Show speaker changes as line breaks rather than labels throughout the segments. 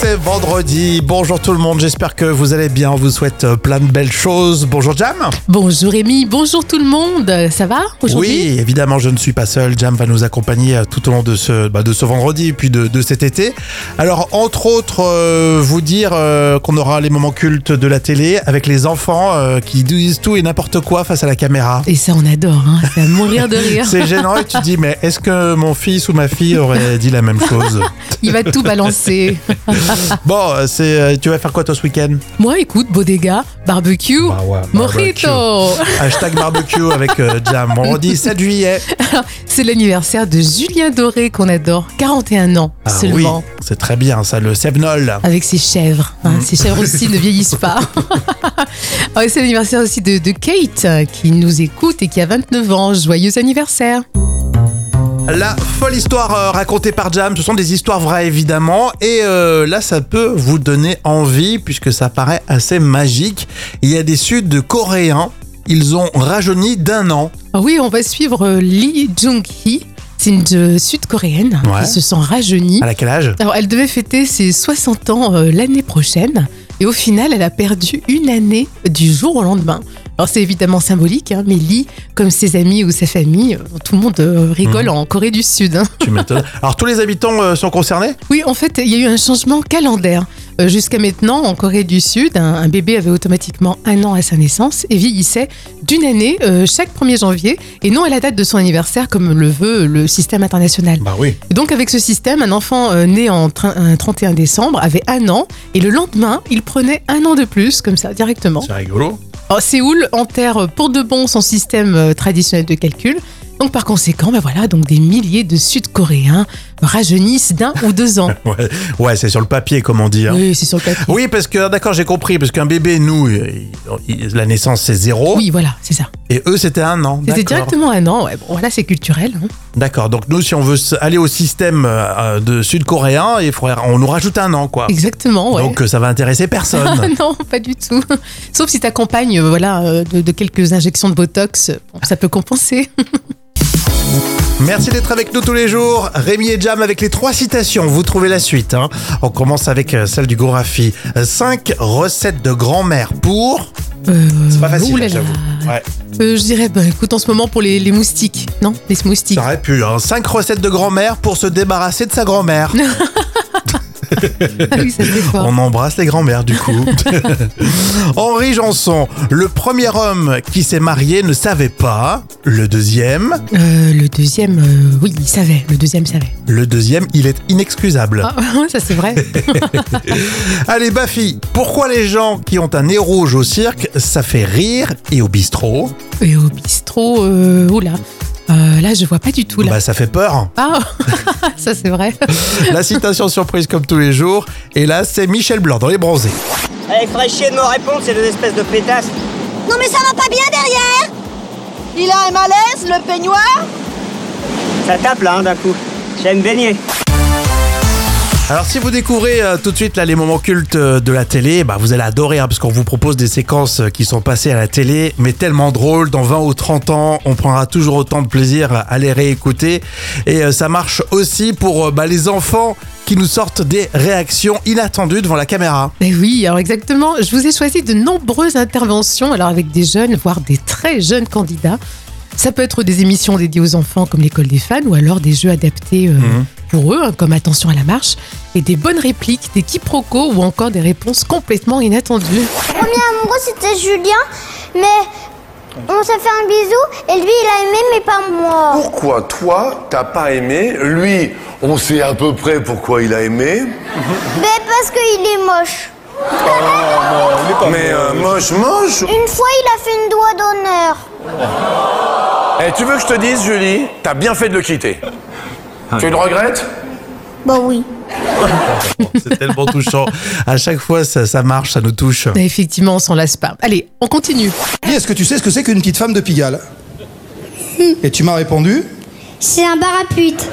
c'est vendredi. Bonjour tout le monde, j'espère que vous allez bien. On vous souhaite euh, plein de belles choses. Bonjour Jam.
Bonjour Rémi, bonjour tout le monde, ça va aujourd'hui
Oui, évidemment, je ne suis pas seul. Jam va nous accompagner euh, tout au long de ce, bah, de ce vendredi et puis de, de cet été. Alors, entre autres, euh, vous dire euh, qu'on aura les moments cultes de la télé avec les enfants euh, qui disent tout et n'importe quoi face à la caméra.
Et ça on adore, hein, ça va mourir de rire.
C'est gênant et tu te dis, mais est-ce que mon fils ou ma fille aurait dit la même chose
Il va tout balancer.
Bon, euh, c'est, euh, tu vas faire quoi toi ce week-end
Moi écoute, bodega, barbecue,
Bah ouais, barbecue.
mojito.
Hashtag barbecue avec euh, Jam. Vendredi 7 juillet.
C'est l'anniversaire de Julien Doré qu'on adore, 41 ans
Ah
seulement,
oui, Mm. c'est très bien ça, le Sevenol.
avec ses chèvres. hein, ses chèvres aussi ne vieillissent pas. Ah ouais, C'est l'anniversaire aussi de, de Kate euh, qui nous écoute et qui a 29 ans. Joyeux anniversaire.
La folle histoire euh, racontée par Jam, ce sont des histoires vraies évidemment, et euh, là ça peut vous donner envie puisque ça paraît assez magique. Il y a des Sud-Coréens, ils ont rajeuni d'un an.
Ah Oui, on va suivre euh, Lee Jung-hee. C'est une euh, sud-coréenne
Ouais.
qui se sent rajeunie.
À quel âge
Alors, elle devait fêter ses 60 ans euh, l'année prochaine. Et au final, elle a perdu une année du jour au lendemain. Alors, c'est évidemment symbolique, hein, mais Lee, comme ses amis ou sa famille, euh, tout le monde euh, rigole en Corée du Sud. hein.
Tu m'étonnes. Alors tous les habitants euh, sont concernés
Oui, en fait, il y a eu un changement calendaire. Euh, Jusqu'à maintenant, en Corée du Sud, un, un bébé avait automatiquement un an à sa naissance et vieillissait d'une année euh, chaque 1er janvier et non à la date de son anniversaire comme le veut le système international.
Bah oui.
Et Donc avec ce système, un enfant euh, né en trin- un 31 décembre avait un an et le lendemain, il prenait un an de plus comme ça directement.
C'est rigolo.
Alors, Séoul enterre pour de bon son système euh, traditionnel de calcul. Donc par conséquent, ben voilà, donc des milliers de Sud-Coréens rajeunissent d'un ou deux ans.
Ouais, ouais, c'est sur le papier comme on dit. hein.
Oui, c'est sur le papier.
Oui, parce que d'accord, j'ai compris, parce qu'un bébé, nous, il- il- la naissance c'est zéro,
Oui, voilà, c'est ça.
et eux c'était un an.
C'était
D'accord.
directement un an. Ouais, bon, voilà, c'est culturel. hein.
D'accord. Donc nous, si on veut s- aller au système euh, de sud-coréen, il faudrait- on nous rajoute un an, quoi.
Exactement, ouais.
Ah. Donc euh, ça va intéresser
Ah
personne.
non, pas du tout. Sauf si t'accompagnes euh, voilà, euh, de, de quelques injections de Botox, bon, ça peut compenser.
Merci d'être avec nous tous les jours. Rémi et Jam avec les trois citations. Vous trouvez la suite. hein. On commence avec euh, celle du Gorafi. 5 recettes de grand-mère pour.
Euh,
C'est pas facile,
oulala.
j'avoue. Ouais,
Euh, je dirais, bah, écoute, en ce moment, pour les, les moustiques, non Les moustiques.
ça aurait pu. 5 recettes de grand-mère pour se débarrasser de sa grand-mère.
Ah oui, ça fait fort.
On embrasse les grands-mères du coup. Henri Janson, le premier homme qui s'est marié ne savait pas. Le deuxième,
Euh, le deuxième, euh, oui, il savait. Le deuxième savait.
le deuxième, il est inexcusable.
Ah, ça, c'est vrai.
Allez Bafi, pourquoi les gens qui ont un nez rouge au cirque, ça fait rire et au bistrot,
Et au bistrot, euh, oula. Euh, là, je vois pas du tout. Là.
bah ça fait peur.
Ah, ça, c'est vrai.
La citation surprise comme tous les jours, et là c'est Michel Blanc dans les bronzés.
Allez, faudrait chier de me répondre, ces deux espèces de pétasses.
Non mais ça va pas bien derrière Il a un malaise, le peignoir
Ça tape là, hein, d'un coup. J'aime baigner.
Alors si vous découvrez euh, tout de suite là les moments cultes euh, de la télé, bah, vous allez adorer hein, parce qu'on vous propose des séquences euh, qui sont passées à la télé, mais tellement drôles, dans 20 ou 30 ans, on prendra toujours autant de plaisir euh, à les réécouter. Et euh, ça marche aussi pour euh, bah, les enfants qui nous sortent des réactions inattendues devant la caméra.
Ben oui, alors exactement. Je vous ai choisi de nombreuses interventions, alors avec des jeunes, voire des très jeunes candidats. Ça peut être des émissions dédiées aux enfants comme l'école des fans ou alors des jeux adaptés euh,
Mhm.
pour eux, hein, comme Attention à la marche, et des bonnes répliques, des quiproquos ou encore des réponses complètement inattendues.
premier amoureux c'était Julien, mais on s'est fait un bisou et lui il a aimé mais pas moi.
Oh.
Pourquoi toi, t'as pas aimé Lui, on sait à peu près pourquoi il a aimé.
Mais Ben, parce qu'il est moche.
mais euh, moche, moche
Une fois il a fait une doigt d'honneur.
Eh, tu veux que je te dise, Julie T'as bien fait de le quitter. tu le regrettes
Bah oui.
C'est tellement touchant. À chaque fois ça, ça marche, ça nous touche.
Ben effectivement, on s'en lasse pas. Allez, on continue.
Dis, Est-ce que tu sais ce que c'est qu'une petite femme de Pigalle Et tu m'as répondu
C'est un bar à pute.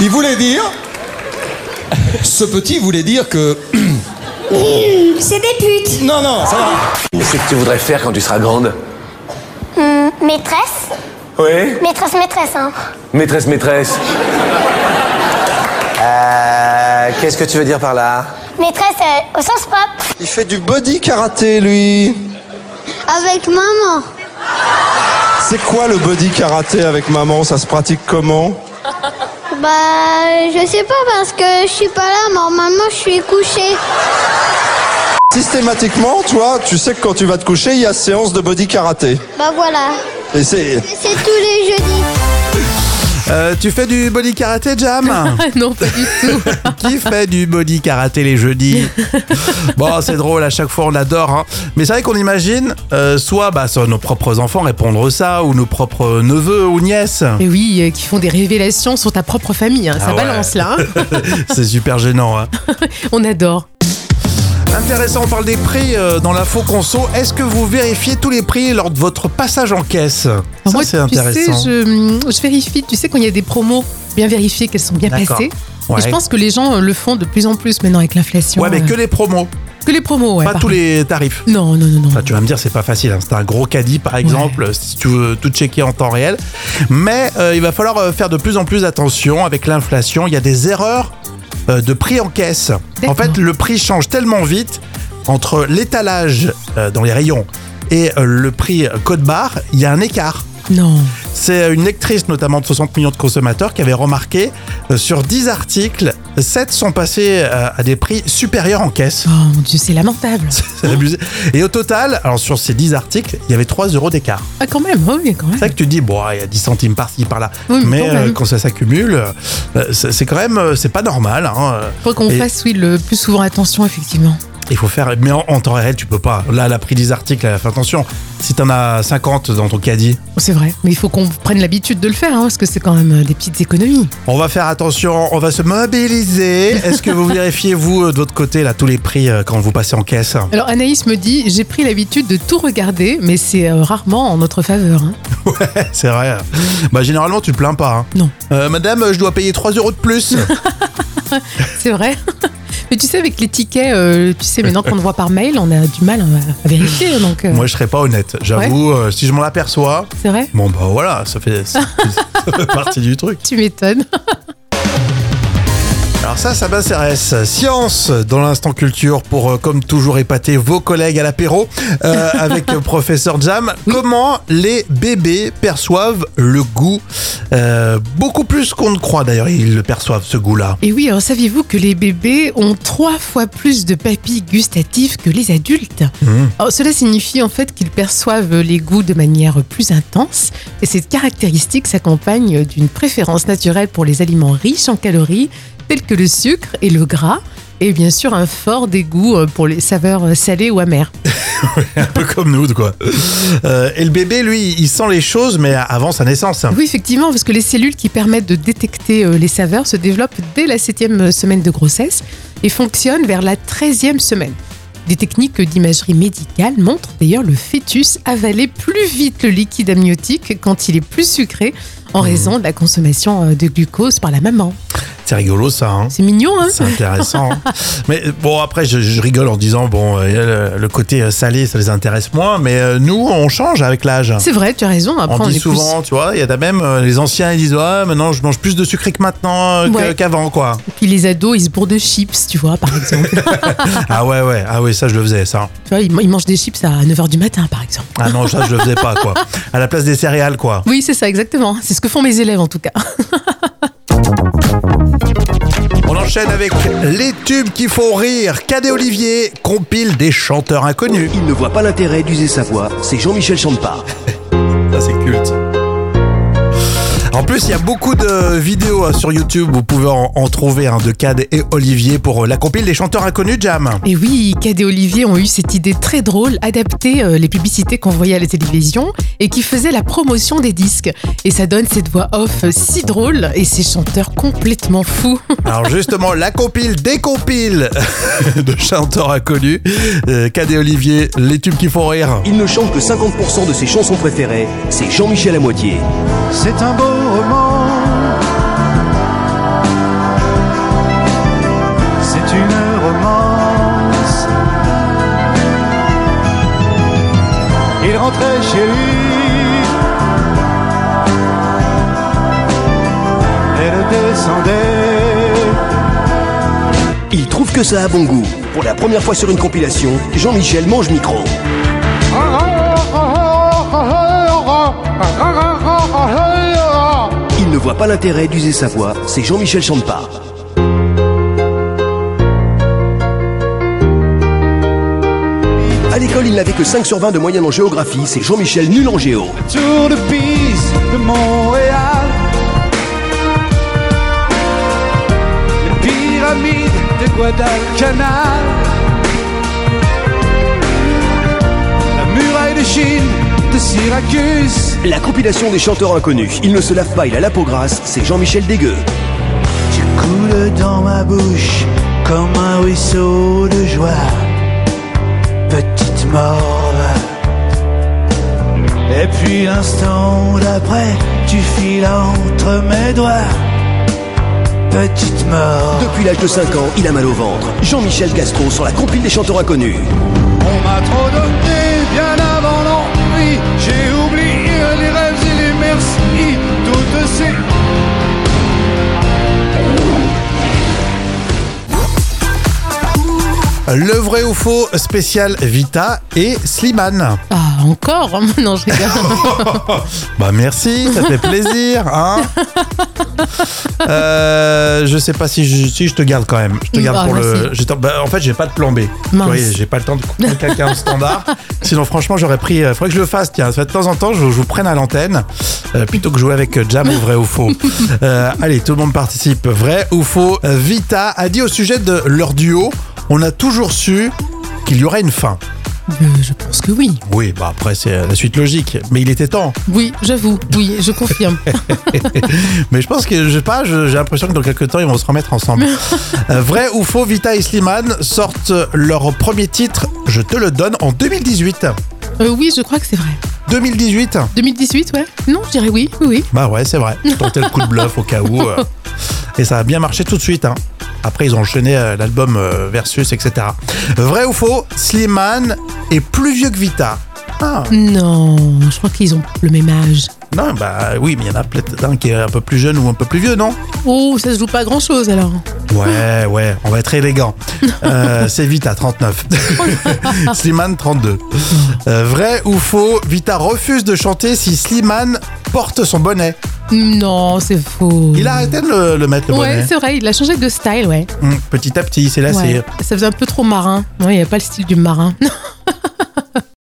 Il voulait dire. Ce petit voulait dire que.
C'est des putes.
Non, non, ça va.
Qu'est-ce que tu voudrais faire quand tu seras grande
Hum, maîtresse
Oui
Maîtresse, maîtresse, hein.
Maîtresse, maîtresse. Euh, Qu'est-ce que tu veux dire par là
Maîtresse euh, au sens propre.
Il fait du body karaté, lui.
Avec maman.
C'est quoi le body karaté avec maman Ça se pratique comment
Bah, je sais pas parce que je suis pas là, normalement je suis couchée.
Systématiquement, toi, tu sais que quand tu vas te coucher, il y a séance de body karaté.
Bah voilà.
Et c'est.
C'est tous les jeudis.
Euh, tu fais du body karaté, Jam
Ah non, pas du tout.
Qui fait du body karaté les jeudis Bon, c'est drôle, à chaque fois on adore. hein. Mais c'est vrai qu'on imagine euh, soit bah, soit nos propres enfants répondre ça, ou nos propres neveux ou nièces.
Et oui, euh, qui font des révélations sur ta propre famille. hein.
Ah
Ça
ouais.
balance là. hein.
c'est super gênant. hein.
On adore.
Intéressant, on parle des prix euh, dans l'info conso. Est-ce que vous vérifiez tous les prix lors de votre passage en caisse
Alors
Ça,
moi,
c'est
tu
intéressant.
sais, je, je vérifie. Tu sais, quand il y a des promos, bien vérifier qu'elles sont bien
D'accord.
passées.
Ouais.
Et je pense que les gens euh, le font de plus en plus maintenant avec l'inflation.
Ouais, mais que
euh,
les promos,
que les promos, ouais.
pas
par
tous les tarifs.
contre. Non, non, non, non.
Enfin, tu vas me dire, c'est pas facile. hein. C'est un gros caddie, par exemple, euh, si tu veux tout checker en temps réel. Mais euh, il va falloir euh, faire de plus en plus attention avec l'inflation. Il y a des erreurs euh, de prix en caisse. En
D'accord.
fait, le prix change tellement vite entre l'étalage euh, dans les rayons et euh, le prix code barre, il y a un écart.
Non.
C'est euh, une lectrice notamment de 60 millions de consommateurs qui avait remarqué euh, sur 10 articles, 7 sont passés euh, à des prix supérieurs en caisse.
Oh mon dieu, c'est lamentable.
C'est abusé. Et au total, alors sur ces 10 articles, il y avait 3 euros d'écart.
Ah, quand même, oui, quand même.
C'est vrai que tu te dis, bon, il y a 10 centimes par-ci, par-là.
Oui, mais
mais
quand même.
euh, quand ça s'accumule, euh, c'est c'est quand même, euh, c'est pas normal. hein.
Faut qu'on
Et-
fasse, oui, le plus souvent attention, effectivement.
Il faut faire, mais en, en temps réel, tu peux pas. Là, la prix des articles, elle fait attention. Si t'en as 50 dans ton caddie,
Oh, C'est vrai, mais il faut qu'on prenne l'habitude de le faire, hein, parce que c'est quand même euh, des petites économies.
on va faire attention, on va se mobiliser. Est-ce que vous vérifiez, vous, euh, de votre côté, là, tous les prix euh, quand vous passez en caisse
Alors Anaïs me dit, j'ai pris l'habitude de tout regarder, mais c'est euh, rarement en notre faveur. hein.
C'est vrai. Bah, généralement, tu te plains pas. hein.
Non.
Euh, madame, euh, je dois payer 3 euros de plus.
C'est vrai. Mais tu sais, avec les tickets, euh, tu sais, maintenant qu'on le voit par mail, on a du mal hein, à- à vérifier. Donc, euh,
Moi, je serais pas honnête. J'avoue, euh, si je m'en aperçois,
c'est vrai,
Bon bah voilà, ça fait, ça fait partie du truc.
tu m'étonnes.
Alors ça, ça m'intéresse. Science dans l'instant culture pour, euh, comme toujours, épater vos collègues à l'apéro euh, avec euh, professeur Jam. Comment les bébés perçoivent le goût Euh, Beaucoup plus qu'on ne croit d'ailleurs, ils le perçoivent ce goût-là.
Et oui, alors saviez-vous que les bébés ont trois fois plus de papilles gustatives que les adultes
Mmh.
Alors, Cela signifie en fait qu'ils perçoivent les goûts de manière plus intense et cette caractéristique s'accompagne d'une préférence naturelle pour les aliments riches en calories tels que le sucre et le gras et bien sûr un fort dégoût euh, pour les saveurs salées ou amères.
Un peu comme nous, quoi. Euh, et le bébé, lui, il sent les choses, mais avant sa naissance.
Ah Oui, effectivement, parce que les cellules qui permettent de détecter euh, les saveurs se développent dès la septième euh, semaine de grossesse et fonctionnent vers la treizième semaine. Des techniques d'imagerie médicale montrent d'ailleurs le fœtus avaler plus vite le liquide amniotique quand il est plus sucré en raison de la consommation euh, de glucose par la maman.
C'est rigolo, ça. Hein
C'est mignon, hein
C'est intéressant. mais euh, bon, après, je, je rigole en disant, bon, euh, le, le côté euh, salé, ça les intéresse moins, mais euh, nous, on change avec l'âge.
C'est vrai, tu as raison. Après,
On
on
dit
est plus-
souvent, tu vois, il y a même euh, les anciens, ils disent, ouais, maintenant, je mange plus de sucré que maintenant euh, que-
Ouais.
qu'avant, quoi.
Puis les ados, ils se bourrent de chips, tu vois, par exemple.
ah ouais, ouais, ah ouais, ça, je le faisais, ça.
tu vois, ils, ils mangent des chips à 9h du matin, par exemple.
Ah non, ça, je le faisais pas, quoi. À la place des céréales, quoi.
Oui, c'est ça, exactement. C'est ce que font mes élèves, en tout cas.
On enchaîne avec les tubes qui font rire. Cadet Olivier compile des chanteurs inconnus.
Il ne voit pas l'intérêt d'user sa voix, c'est Jean-Michel Champard.
Ça, c'est culte. En plus, il y a beaucoup de vidéos hein, sur YouTube. Vous pouvez en, en trouver hein, de Cad et Olivier pour euh, la compile des chanteurs inconnus Jam.
Et oui, Cad et Olivier ont eu cette idée très drôle, adapter euh, les publicités qu'on voyait à la télévision et qui faisaient la promotion des disques. Et ça donne cette voix off euh, si drôle et ces chanteurs complètement fous.
Alors justement, la compile des compiles de chanteurs inconnus. Euh, Cad et Olivier, les tubes qui font rire.
Il ne chante que 50% de ses chansons préférées, c'est Jean-Michel à moitié.
C'est un beau roman. C'est une romance. il rentrait chez lui. Elle descendait.
Il trouve que ça a bon goût. Pour la première fois sur une compilation, Jean-Michel mange micro. Il ne voit pas l'intérêt d'user sa voix, c'est Jean-Michel chante pas. À l'école, il n'avait que 5 sur 20 de moyenne en géographie, c'est Jean-Michel nul en géo.
Tour de piste de Montréal. Les pyramides de Guadalcanal. La muraille de Chine de Syracuse.
La compilation des chanteurs inconnus, il ne se lave pas, il a la peau grasse, c'est Jean-Michel Dégueu.
Tu coules dans ma bouche comme un ruisseau de joie. Petite morve. Et puis l'instant d'après, tu files entre mes doigts. Petite morve.
Depuis l'âge de 5 ans, il a mal au ventre. Jean-Michel Gasco sur la compile des chanteurs inconnus.
On m'a trop donné bien avant l'ennui. J'ai oublié les rêves et les merci. Toutes ces.
Le vrai ou faux spécial Vita et Slimane.
Ah, encore Non, je rigole.
Bah merci, ça fait plaisir, hein Euh, Je sais pas si je, si je te garde quand même. Je te garde
Ah,
pour le.
merci.
je t'en- bah, en fait, j'ai pas de plan B. Vous
Mince.
voyez, j'ai pas le temps de couper quelqu'un au standard. Sinon, franchement, j'aurais pris. euh, faudrait que je le fasse. Tiens, de temps en temps, je, je vous prenne à l'antenne euh, plutôt que jouer avec euh, Jam au vrai ou faux. Euh, allez, tout le monde participe. Vrai ou faux Euh, Vita a dit au sujet de leur duo, on a toujours su qu'il y aurait une fin.
Euh, je pense que oui.
Oui, bah après c'est euh, la suite logique, mais il était temps.
Oui, j'avoue. Oui, je confirme.
Mais je pense que, je sais pas, je- j'ai l'impression que dans quelques temps, ils vont se remettre ensemble. Euh, vrai ou faux, Vita et Slimane sortent leur premier titre, je te le donne, en 2018.
Euh, oui, je crois que c'est vrai.
2018
2018, ouais Non, je dirais oui, oui, oui.
Bah ouais, c'est vrai. Je tentais le coup de bluff au cas où. euh. et ça a bien marché tout de suite. hein. Après, ils ont enchaîné euh, l'album euh, Versus, etc. Vrai ou faux, Slimane est plus vieux que Vita. Ah,
Non, je crois qu'ils ont le même âge.
non, bah oui, mais il y en a peut-être un qui est un peu plus jeune ou un peu plus vieux, non
Oh, ça se joue pas à grand chose alors.
Ouais, ouais, on va être élégant. Euh, c'est Vita, 39. Slimane, 32. Euh, vrai ou faux, Vita refuse de chanter si Slimane porte son bonnet.
Non, c'est faux.
Il a arrêté de le, le mettre, le
Ouais,
bonnet.
c'est vrai, il a changé de style, ouais.
Hum, petit à petit, c'est là,
Ouais. Ça faisait un peu trop marin. Ouais, il n'y a pas le style du marin.